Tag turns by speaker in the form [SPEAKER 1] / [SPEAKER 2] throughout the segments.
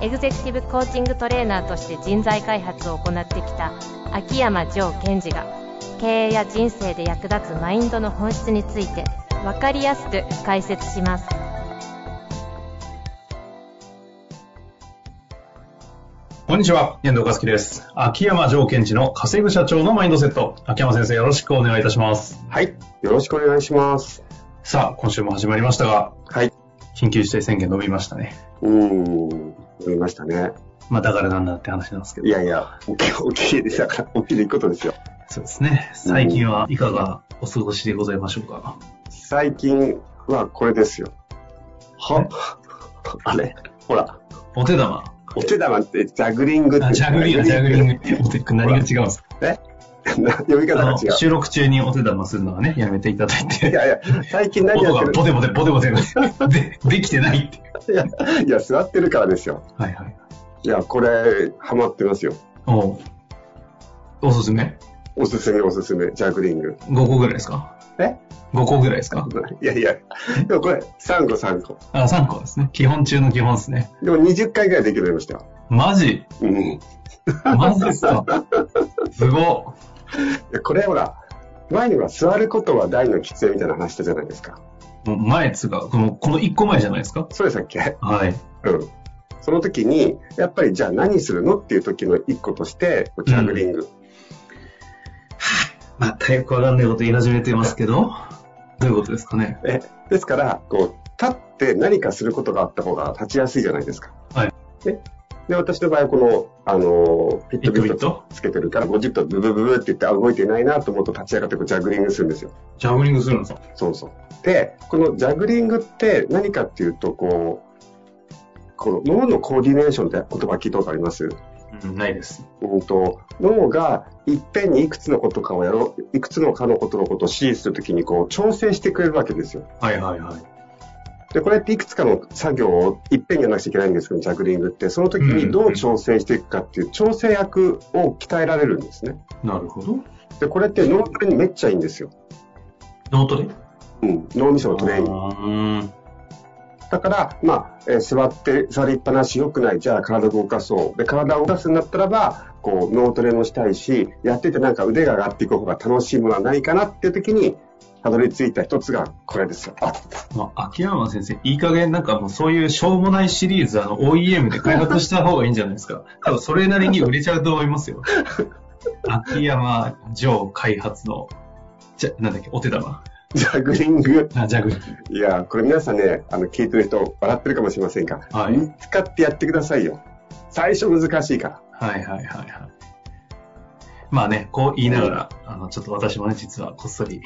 [SPEAKER 1] エグゼクティブコーチングトレーナーとして人材開発を行ってきた秋山城賢治が経営や人生で役立つマインドの本質について分かりやすく解説します
[SPEAKER 2] こんにちは、遠藤和樹です。秋山城賢治の稼ぐ社長のマインドセット。秋山先生、よろしくお願いいたします。
[SPEAKER 3] はい。よろしくお願いします。
[SPEAKER 2] さあ、今週も始まりましたが、
[SPEAKER 3] はい。
[SPEAKER 2] 緊急事態宣言伸びましたね。
[SPEAKER 3] うーん。思いましたね。
[SPEAKER 2] まあ、だからなんだって話なんですけど。
[SPEAKER 3] いやいや、大きい、大きいですだから、大 きいでいくことですよ。
[SPEAKER 2] そうですね。最近はいかがお過ごしでございましょうか。
[SPEAKER 3] 最近はこれですよ。はあれほら、
[SPEAKER 2] お手玉。
[SPEAKER 3] お手玉ってジャグリングって。
[SPEAKER 2] あジャグリング、ジャグ リング。お手何が違うんですか
[SPEAKER 3] グ。読み方
[SPEAKER 2] あ
[SPEAKER 3] が
[SPEAKER 2] の
[SPEAKER 3] 違う。
[SPEAKER 2] 収録中にお手玉するのはね、やめていただい
[SPEAKER 3] い
[SPEAKER 2] て。
[SPEAKER 3] やいや、最近何
[SPEAKER 2] 音
[SPEAKER 3] や
[SPEAKER 2] が
[SPEAKER 3] って
[SPEAKER 2] ボテボテ、ボテボテ。で、できてないって。
[SPEAKER 3] るいや、座ってるからですよ。
[SPEAKER 2] はいはい。
[SPEAKER 3] いや、これ、ハマってますよ。
[SPEAKER 2] おうおすすめ
[SPEAKER 3] おすすめおすすめ、ジャグリング。
[SPEAKER 2] ?5 個ぐらいですか
[SPEAKER 3] え
[SPEAKER 2] ?5 個ぐらいですか
[SPEAKER 3] いやいや、でもこれ、3個3個。
[SPEAKER 2] あ、3個ですね。基本中の基本ですね。
[SPEAKER 3] でも20回ぐらいできるようになりましたよ。
[SPEAKER 2] マジ
[SPEAKER 3] うん。
[SPEAKER 2] マジですかすご
[SPEAKER 3] でこれほら、前には座ることは大の喫煙みたいな話したじゃないですか。
[SPEAKER 2] っもう前っつうか、この、この1個前じゃないですか
[SPEAKER 3] そうでしたっけ
[SPEAKER 2] はい。
[SPEAKER 3] うん。その時に、やっぱりじゃあ何するのっていう時の一個として、ジャグリング。
[SPEAKER 2] 全くわかんないこと言い始めてますけど、どういうことですかね
[SPEAKER 3] えですから、こう、立って何かすることがあった方が立ちやすいじゃないですか。
[SPEAKER 2] はい。
[SPEAKER 3] ね。で、私の場合はこの、あのー、フ
[SPEAKER 2] ビ
[SPEAKER 3] ィット
[SPEAKER 2] ットビ
[SPEAKER 3] ビ
[SPEAKER 2] ッ
[SPEAKER 3] ット
[SPEAKER 2] ト
[SPEAKER 3] つけてるから、50分ブブブブって言って、あ、動いてないなと思うと立ち上がってこうジャグリングするんですよ。
[SPEAKER 2] ジャグリングするんですか
[SPEAKER 3] そうそう。で、このジャグリングって何かっていうと、こう、この脳のコーディネーションって言葉聞いたことあります
[SPEAKER 2] うん、ないです。
[SPEAKER 3] うんと、脳がいっぺんにいくつのことかをやろう、いくつのかのことのことを指示するときにこう調整してくれるわけですよ。
[SPEAKER 2] はいはいはい。
[SPEAKER 3] で、これっていくつかの作業をいっぺんにやらなくちゃいけないんですけど、ジャグリングって、その時にどう調整していくかっていう調整役を鍛えられるんですね。
[SPEAKER 2] なるほど。
[SPEAKER 3] で、これって脳トレにめっちゃいいんですよ。
[SPEAKER 2] ノートで
[SPEAKER 3] うん、脳みそのトレーニング。
[SPEAKER 2] ー
[SPEAKER 3] だから、まあえー座って座りっぱなし良くないじゃあ体を動かそうで体を動かすんだったらばこう脳トレもしたいしやっててなんか腕が上がっていく方が楽しいものはないかなっていう時にたどり着いた一つがこれですよ。あ
[SPEAKER 2] まあ、秋山先生、いい加減なんかもうそういうしょうもないシリーズ、あの、OEM で開発した方がいいんじゃないですか。 多分それなりに売れちゃうと思いますよ。 秋山城開発の、じゃ、なんだっけ、お手玉。
[SPEAKER 3] ジャグリング
[SPEAKER 2] あ、ジャグリン
[SPEAKER 3] いやこれ皆さんねあの聞いてる人笑ってるかもしれませんが、
[SPEAKER 2] はい
[SPEAKER 3] 見つかってやってくださいよ最初難しいから
[SPEAKER 2] はいはいはいはい。まあね、こう言いながら、あの、ちょっと私もね、実はこっ そり、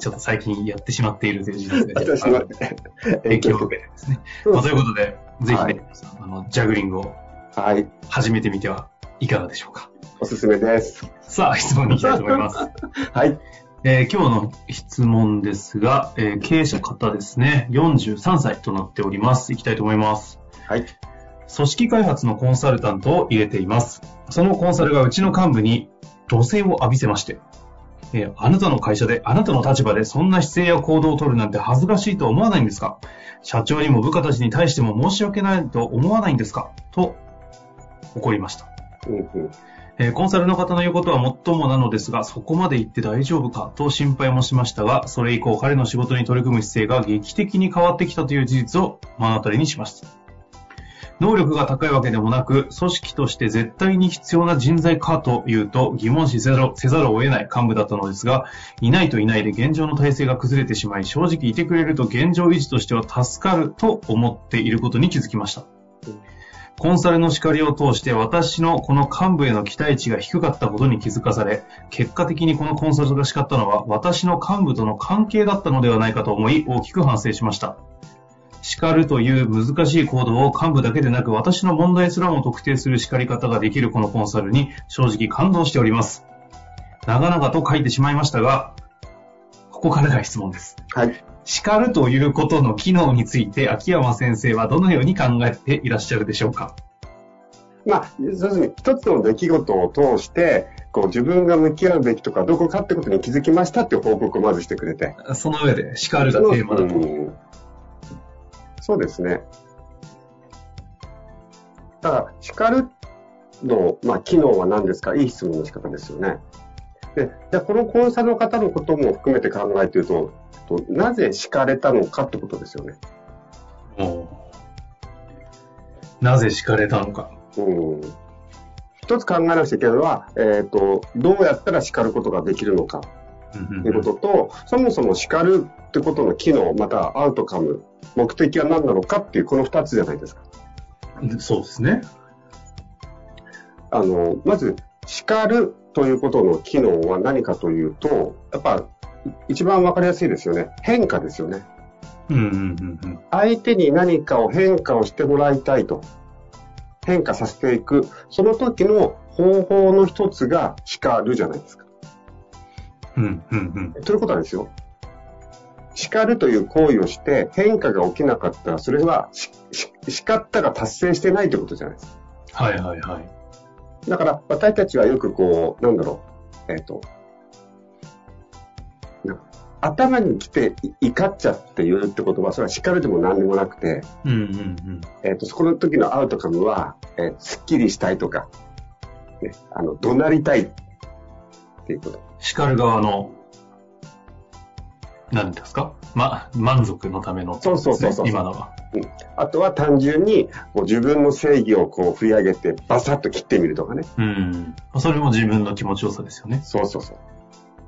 [SPEAKER 2] ちょっと最近やってしまっているという事実が
[SPEAKER 3] 私の
[SPEAKER 2] あの 影響を受けてですね。まあ、ということで、ぜひね、
[SPEAKER 3] はい
[SPEAKER 2] あの、ジャグリングを
[SPEAKER 3] はい
[SPEAKER 2] 始めてみてはいかがでしょうか。
[SPEAKER 3] おすすめです
[SPEAKER 2] さあ、質問に行きたいと思います。
[SPEAKER 3] はい
[SPEAKER 2] えー今日の質問ですが、えー経営者方ですね、43歳となっております。いきたいと思います。
[SPEAKER 3] はい
[SPEAKER 2] 組織開発のコンサルタントを入れています。そのコンサルがうちの幹部に路線を浴びせまして、えーあなたの会社で、あなたの立場でそんな姿勢や行動を取るなんて恥ずかしいと思わないんですか社長にも部下たちに対しても申し訳ないと思わないんですかと怒りました。
[SPEAKER 3] うんうん
[SPEAKER 2] えーコンサルの方の言うことはもっともなのですが、そこまで言って大丈夫かと心配もしましたが、それ以降彼の仕事に取り組む姿勢が劇的に変わってきたという事実を目の当たりにしました。能力が高いわけでもなく、組織として絶対に必要な人材かというと疑問視せざるせざるを得ない幹部だったのですが、いないといないで現状の体制が崩れてしまい、正直いてくれると現状維持としては助かると思っていることに気づきました。コンサルの叱りを通して私のこの幹部への期待値が低かったことに気づかされ、結果的にこのコンサルが叱ったのは私の幹部との関係だったのではないかと思い大きく反省しました。叱るという難しい行動を幹部だけでなく私の問題すらも特定する叱り方ができるこのコンサルに正直感動しております。長々と書いてしまいましたが、ここからが質問です。
[SPEAKER 3] はい。
[SPEAKER 2] 叱るということの機能について秋山先生はどのように考えていらっしゃるでしょうか
[SPEAKER 3] まあ、要するに一つの出来事を通して、こう自分が向き合うべきとか、どこかってことに気づきましたっていう報告をまずしてくれて。
[SPEAKER 2] その上で叱るがテーマだと。
[SPEAKER 3] うんそうですね。ただ、叱るの、まあ、機能は何ですかいい質問の仕方ですよね。で、じゃあこのコンサルの方のことも含めて考えていると、となぜ叱れたのかってことですよね。
[SPEAKER 2] おうなぜ叱れたのか。
[SPEAKER 3] うん。一つ考えなくちゃいけないのは、えっ、と、どうやったら叱ることができるのか
[SPEAKER 2] うん
[SPEAKER 3] ということと、そもそも叱るってことの機能、またアウトカム、目的は何なのかっていう、この二つじゃないですか。
[SPEAKER 2] うんそうですね。
[SPEAKER 3] あの、まず、叱るということの機能は何かというと、やっぱ、一番わかりやすいですよね。変化ですよね。
[SPEAKER 2] うんうんうんうん
[SPEAKER 3] 相手に何かを変化をしてもらいたいと。変化させていく。その時の方法の一つが叱るじゃないですか。
[SPEAKER 2] うんうんうん
[SPEAKER 3] ということなんですよ。叱るという行為をして変化が起きなかったら、それはしし叱ったが達成してないということじゃないですか。
[SPEAKER 2] はいはいはい。
[SPEAKER 3] だから私たちはよくこう、なんだろう、えっ、と、なんか頭に来てい怒っちゃって言うってことは、それは叱るでも何でもなくて、
[SPEAKER 2] うんうんうん。
[SPEAKER 3] えっ、と、そこの時のアウトカムは、えーすっきりしたいとか、ね、あの、怒鳴りたいっていうこと。
[SPEAKER 2] 叱る側の、何ですかま、満足のための、
[SPEAKER 3] そうそうそうそう
[SPEAKER 2] 今のは。
[SPEAKER 3] あとは単純に、こう自分の正義をこう振り上げて、バサッと切ってみるとかね。
[SPEAKER 2] うん。それも自分の気持ちよさですよね。
[SPEAKER 3] そうそうそう。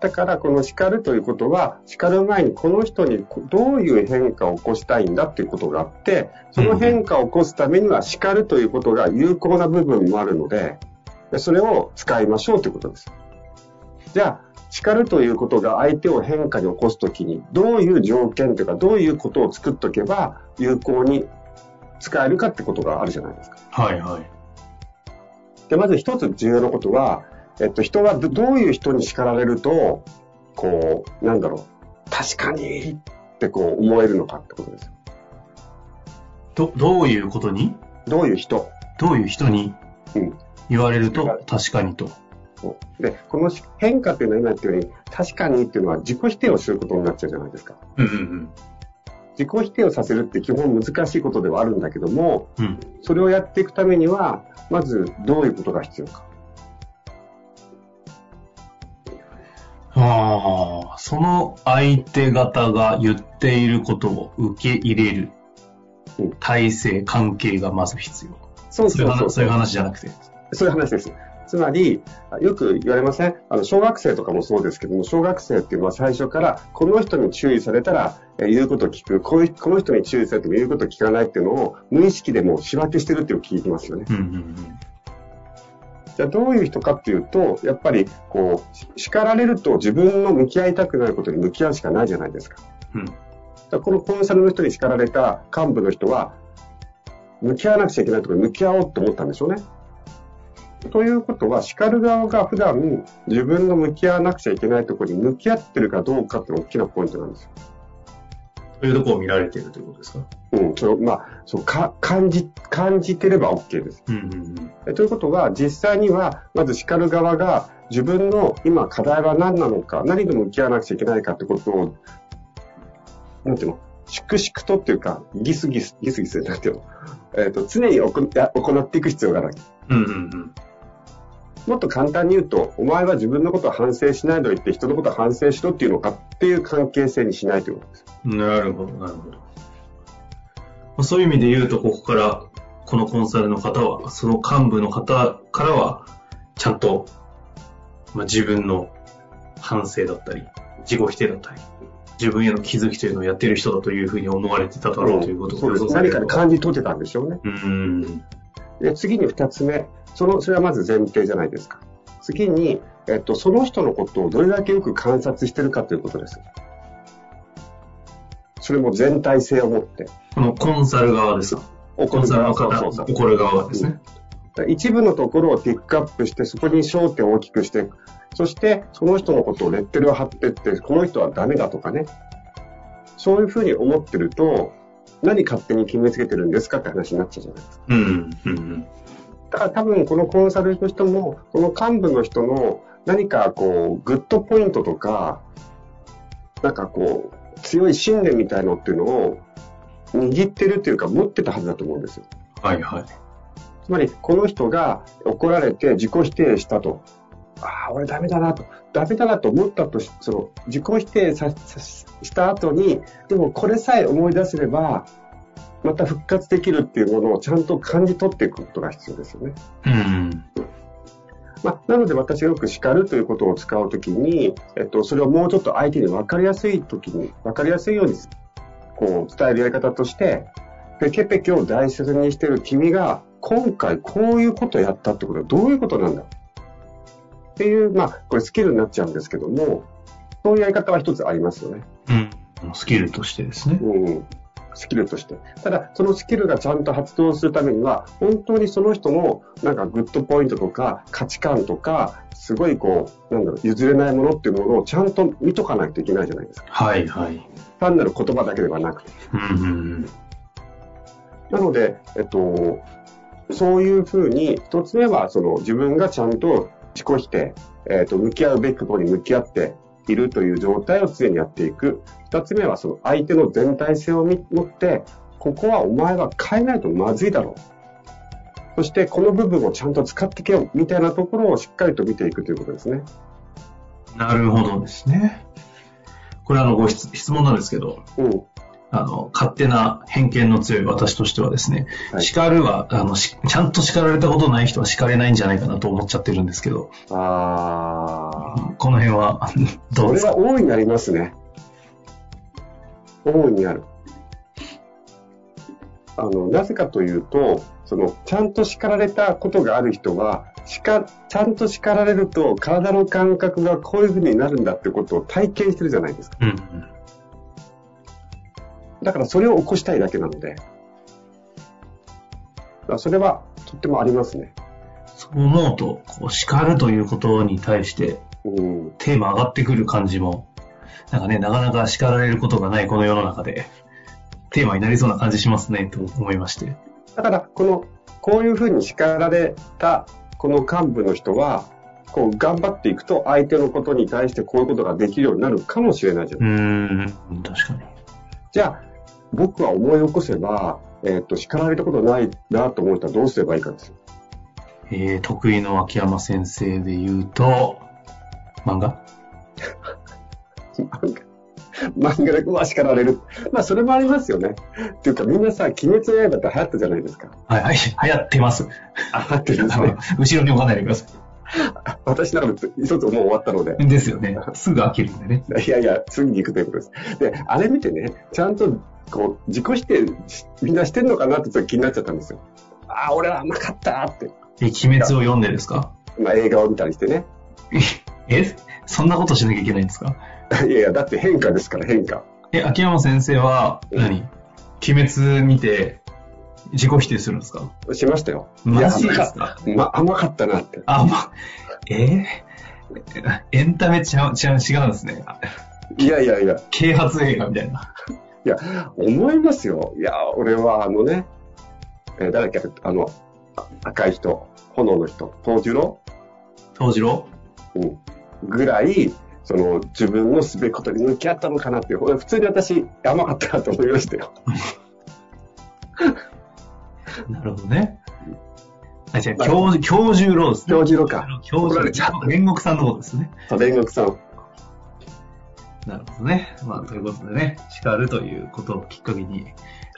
[SPEAKER 3] だから、この叱るということは、叱る前にこの人にこどういう変化を起こしたいんだっていうことがあって、その変化を起こすためには叱るということが有効な部分もあるので、でそれを使いましょうということです。じゃあ、叱るということが相手を変化に起こすときに、どういう条件というか、どういうことを作っとけば有効に使えるかってことがあるじゃないですか。
[SPEAKER 2] はいはい。
[SPEAKER 3] で、まず一つ重要なことは、えっと、人はどどういう人に叱られると、こう、なんだろう、確かにってこう思えるのかってことですよ。
[SPEAKER 2] ど、どういうことに
[SPEAKER 3] どういう人
[SPEAKER 2] どういう人に
[SPEAKER 3] うん
[SPEAKER 2] 言われると確かにと。
[SPEAKER 3] で、このし変化っていうのは今言ったように、確かにっていうのは自己否定をすることになっちゃうじゃないですか。
[SPEAKER 2] うんうん
[SPEAKER 3] 自己否定をさせるって基本難しいことではあるんだけども、
[SPEAKER 2] うん。うん。
[SPEAKER 3] それをやっていくためには、まずどういうことが必要か。
[SPEAKER 2] ああ、その相手方が言っていることを受け入れる
[SPEAKER 3] うん
[SPEAKER 2] 体制、関係がまず必要。
[SPEAKER 3] そう
[SPEAKER 2] そういう話そういう話じゃなくて。
[SPEAKER 3] そういう話です。つまり、よく言われませんあの、小学生とかもそうですけども、小学生っていうのは最初から、この人に注意されたら、えー言うことを聞くこういう、この人に注意されても言うことを聞かないっていうのを、無意識でもう仕分けしてるっていうのを聞いてますよね。
[SPEAKER 2] うんうん
[SPEAKER 3] じゃあどういう人かっていうと、やっぱり、こう、し叱られると自分の向き合いたくなることに向き合うしかないじゃないですか。
[SPEAKER 2] うん。うん。
[SPEAKER 3] だからこのコンサルの人に叱られた幹部の人は、向き合わなくちゃいけないところに向き合おうと思ったんでしょうね。ということは、叱る側が普段自分の向き合わなくちゃいけないところに向き合ってるかどうかっていうのが大きなポイントなんですよ。
[SPEAKER 2] というところを見られているということですか
[SPEAKER 3] うん、それをまあ、そうか感じ、感じてれば OK です。
[SPEAKER 2] うんうんうん。
[SPEAKER 3] えということは、実際には、まず叱る側が自分の今課題は何なのか、何と向き合わなくちゃいけないかってことを、なんていうの、粛々とっていうか、ギスギス、ギスギス、なんていうの、えっ、と、常に行行っていく必要がある。
[SPEAKER 2] うんうん
[SPEAKER 3] もっと簡単に言うと、お前は自分のことを反省しないと言って、人のことを反省しろっていうのかっていう関係性にしないということです。
[SPEAKER 2] うん。なるほど、なるほどまあ。そういう意味で言うと、ここから、このコンサルの方は、その幹部の方からは、ちゃんと、まあ、自分の反省だったり、自己否定だったり、自分への気づきというのをやっている人だというふうに思われてただろうということ
[SPEAKER 3] そうです。
[SPEAKER 2] が予
[SPEAKER 3] 何
[SPEAKER 2] 想される
[SPEAKER 3] かに感じ取ってたんでしょうね。
[SPEAKER 2] うん。
[SPEAKER 3] で、次に二つ目。その、それはまず前提じゃないですか。次に、えっと、その人のことをどれだけよく観察してるかということです。それも全体性を持って。
[SPEAKER 2] このコンサル側ですかコンサルの方、
[SPEAKER 3] そうそうそう
[SPEAKER 2] 怒る側ですね。
[SPEAKER 3] 一部のところをピックアップして、そこに焦点を大きくしていく。そして、その人のことをレッテルを貼ってって、この人はダメだとかね。そういうふうに思ってると、何勝手に決めつけてるんですかって話になっちゃうじゃないですか。
[SPEAKER 2] うん。うん。
[SPEAKER 3] だから多分このコンサルの人も、この幹部の人の何かこう、グッドポイントとか、なんかこう、強い信念みたいのっていうのを握ってるっていうか持ってたはずだと思うんですよ。
[SPEAKER 2] はいはい。
[SPEAKER 3] つまり、この人が怒られて自己否定したと。ああ、俺ダメだなと。ダメだなと思ったとし、その、自己否定ささした後に、でもこれさえ思い出せれば、また復活できるっていうものをちゃんと感じ取っていくことが必要ですよね。
[SPEAKER 2] うん。
[SPEAKER 3] まあ、なので私よく叱るということを使うときに、えっと、それをもうちょっと相手に分かりやすいときに、分かりやすいように、こう、伝えるやり方として、ペケペケを大切にしてる君が、今回こういうことをやったってことはどういうことなんだっていう、まあ、これスキルになっちゃうんですけども、そういうやり方は一つありますよね。
[SPEAKER 2] うん。スキルとしてですね。
[SPEAKER 3] うん。スキルとして。ただ、そのスキルがちゃんと発動するためには、本当にその人の、なんか、グッドポイントとか、価値観とか、すごいこう、なんだろう、譲れないものっていうものをちゃんと見とかないといけないじゃないですか。
[SPEAKER 2] はいはい。
[SPEAKER 3] 単なる言葉だけではなくて。
[SPEAKER 2] うんうん
[SPEAKER 3] なので、えっと、そういうふうに、一つ目は、その、自分がちゃんと自己否定、えっと、向き合うべきことに向き合っているという状態を常にやっていく。二つ目は、その、相手の全体性を見持って、ここはお前は変えないとまずいだろう。そして、この部分をちゃんと使ってけよ、みたいなところをしっかりと見ていくということですね。
[SPEAKER 2] うん。なるほどですね。これあの、ご質質問なんですけど、
[SPEAKER 3] うん。
[SPEAKER 2] あの、勝手な偏見の強い私としてはですね、
[SPEAKER 3] はい
[SPEAKER 2] 叱るは、あの、しちゃんと叱られたことない人は叱れないんじゃないかなと思っちゃってるんですけど、
[SPEAKER 3] あー。
[SPEAKER 2] この辺はど
[SPEAKER 3] そう
[SPEAKER 2] で
[SPEAKER 3] れ
[SPEAKER 2] すか
[SPEAKER 3] は大いにありますね。大いにある。あの、なぜかというと、その、ちゃんと叱られたことがある人は、叱、ちゃんと叱られると体の感覚がこういう風になるんだってことを体験してるじゃないですか。
[SPEAKER 2] うんうん。
[SPEAKER 3] だからそれを起こしたいだけなので。だからそれはとってもありますね。
[SPEAKER 2] そう思うと、こう叱るということに対して、
[SPEAKER 3] うん。
[SPEAKER 2] テーマ上がってくる感じも、なんかね、なかなか叱られることがないこの世の中で、テーマになりそうな感じしますね、と思いまして。
[SPEAKER 3] だから、この、こういうふうに叱られた、この幹部の人は、こう、頑張っていくと、相手のことに対してこういうことができるようになるかもしれないじゃ
[SPEAKER 2] う
[SPEAKER 3] ない。
[SPEAKER 2] ーん、確かに。
[SPEAKER 3] じゃあ、僕は思い起こせば、えっ、と、叱られたことないなと思ったらどうすればいいかですよ。
[SPEAKER 2] えー、得意の秋山先生で言うと、漫画
[SPEAKER 3] 漫画漫画で、うわ、叱られる。まあ、それもありますよね。っていうか、みんなさ、鬼滅の刃って流行ったじゃないですか。
[SPEAKER 2] はい、はい、流行ってます。
[SPEAKER 3] あ、流行ってるんです
[SPEAKER 2] あの
[SPEAKER 3] ね。
[SPEAKER 2] 後ろに置かないでくださ
[SPEAKER 3] 私なら一つもう終わったので。
[SPEAKER 2] い。ですよね。すぐ飽きるんでね。
[SPEAKER 3] いやいや、次に行くということです。で、あれ見てね、ちゃんと、こう、自己否定し、みんなしてんのかなってちょっと気になっちゃったんですよ。ああ、俺は甘かったって。
[SPEAKER 2] え、鬼滅を読んでですか
[SPEAKER 3] まあ、映画を見たりしてね。
[SPEAKER 2] え、そんなことしなきゃいけないんですか
[SPEAKER 3] いやいや、だって変化ですから、変化。
[SPEAKER 2] え、秋山先生は何、鬼滅見て、自己否定するんですか
[SPEAKER 3] しましたよ。
[SPEAKER 2] マジで
[SPEAKER 3] いや
[SPEAKER 2] すか
[SPEAKER 3] 甘かま、甘かったなって。
[SPEAKER 2] あ、まあ、えーエンタメちゃう、ちゃう、違うんですね。
[SPEAKER 3] いやいやいや、
[SPEAKER 2] 啓発映画みたいな。
[SPEAKER 3] いや、思いますよ。いや、俺はあのね、えー誰だっけ、あの、あ赤い人、炎の人、東十郎
[SPEAKER 2] 藤次郎
[SPEAKER 3] うんぐらい、その自分のすべきことに向き合ったのかなっていう、ほら普通に私、甘かったなと思いましたよ。
[SPEAKER 2] なるほどね。あ、違う、教、教授郎ですね。
[SPEAKER 3] 教授郎か。
[SPEAKER 2] 教
[SPEAKER 3] 怒られちゃ
[SPEAKER 2] 授
[SPEAKER 3] う
[SPEAKER 2] 郎。煉獄さんのことですね。
[SPEAKER 3] そう煉獄さん。
[SPEAKER 2] なるほどね。まあ、ということでね、叱るということをきっかけに、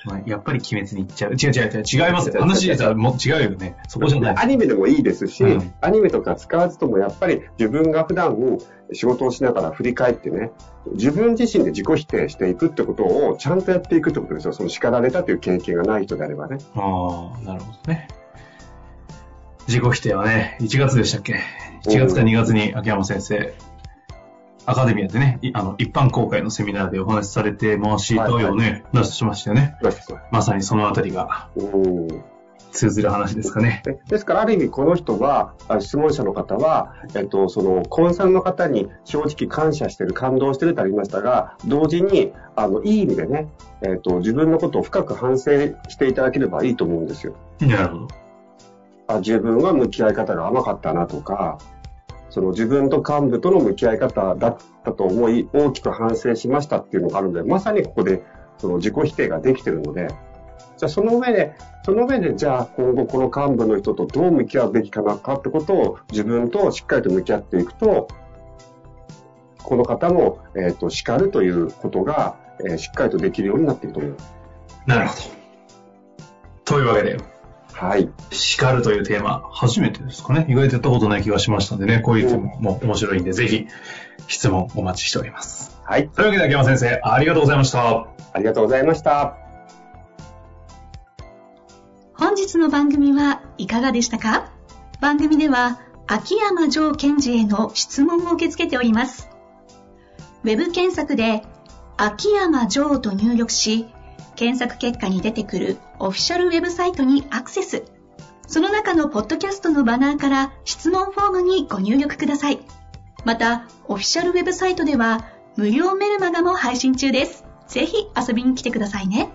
[SPEAKER 2] まあ、やっぱり鬼滅に行っちゃう。違う違う違う、違います よ。話じゃもう違うよね。そこじゃない。
[SPEAKER 3] アニメでもいいですし、
[SPEAKER 2] うん
[SPEAKER 3] アニメとか使わずともやっぱり自分が普段仕事をしながら振り返ってね、自分自身で自己否定していくってことをちゃんとやっていくってことですよ。その叱られたという経験がない人であればね。
[SPEAKER 2] ああ、なるほどね。自己否定はね、1月でしたっけ ?1 月か2月に秋山先生、アカデミアでね、いあの、一般公開のセミナーでお話しされてましたよね。出しましたよね。
[SPEAKER 3] どうですか
[SPEAKER 2] まさにそのあたりが
[SPEAKER 3] うん
[SPEAKER 2] 通ずる話ですかね。
[SPEAKER 3] えですから、ある意味、この人は、あ質問者の方は、えっと、その、コンサルの方に正直感謝してる、感動してるとありましたが、同時に、あの、いい意味でね、えっと、自分のことを深く反省していただければいいと思うんですよ。
[SPEAKER 2] なるほど。
[SPEAKER 3] あ自分は向き合い方が甘かったなとか、その自分と幹部との向き合い方だったと思い、大きく反省しましたっていうのがあるので、まさにここでその自己否定ができてるので、じゃあその上で、その上で、じゃあ今後この幹部の人とどう向き合うべきかなかってことを自分としっかりと向き合っていくと、この方も、えっ、と、叱るということが、えーしっかりとできるようになっていると思います。
[SPEAKER 2] なるほど。というわけで、
[SPEAKER 3] はい。
[SPEAKER 2] 叱るというテーマ、初めてですかね。意外とやったことない気がしましたんでね、こういうテーマも面白いんで、ぜひ質問お待ちしております。
[SPEAKER 3] はい。
[SPEAKER 2] というわけで、秋山先生、ありがとうございました。
[SPEAKER 3] ありがとうございました。
[SPEAKER 4] 本日の番組はいかがでしたか番組では秋山城賢治への質問を受け付けております。ウェブ検索で秋山城と入力し、検索結果に出てくるオフィシャルウェブサイトにアクセス。その中のポッドキャストのバナーから質問フォームにご入力ください。また、オフィシャルウェブサイトでは無料メルマガも配信中です。ぜひ遊びに来てくださいね。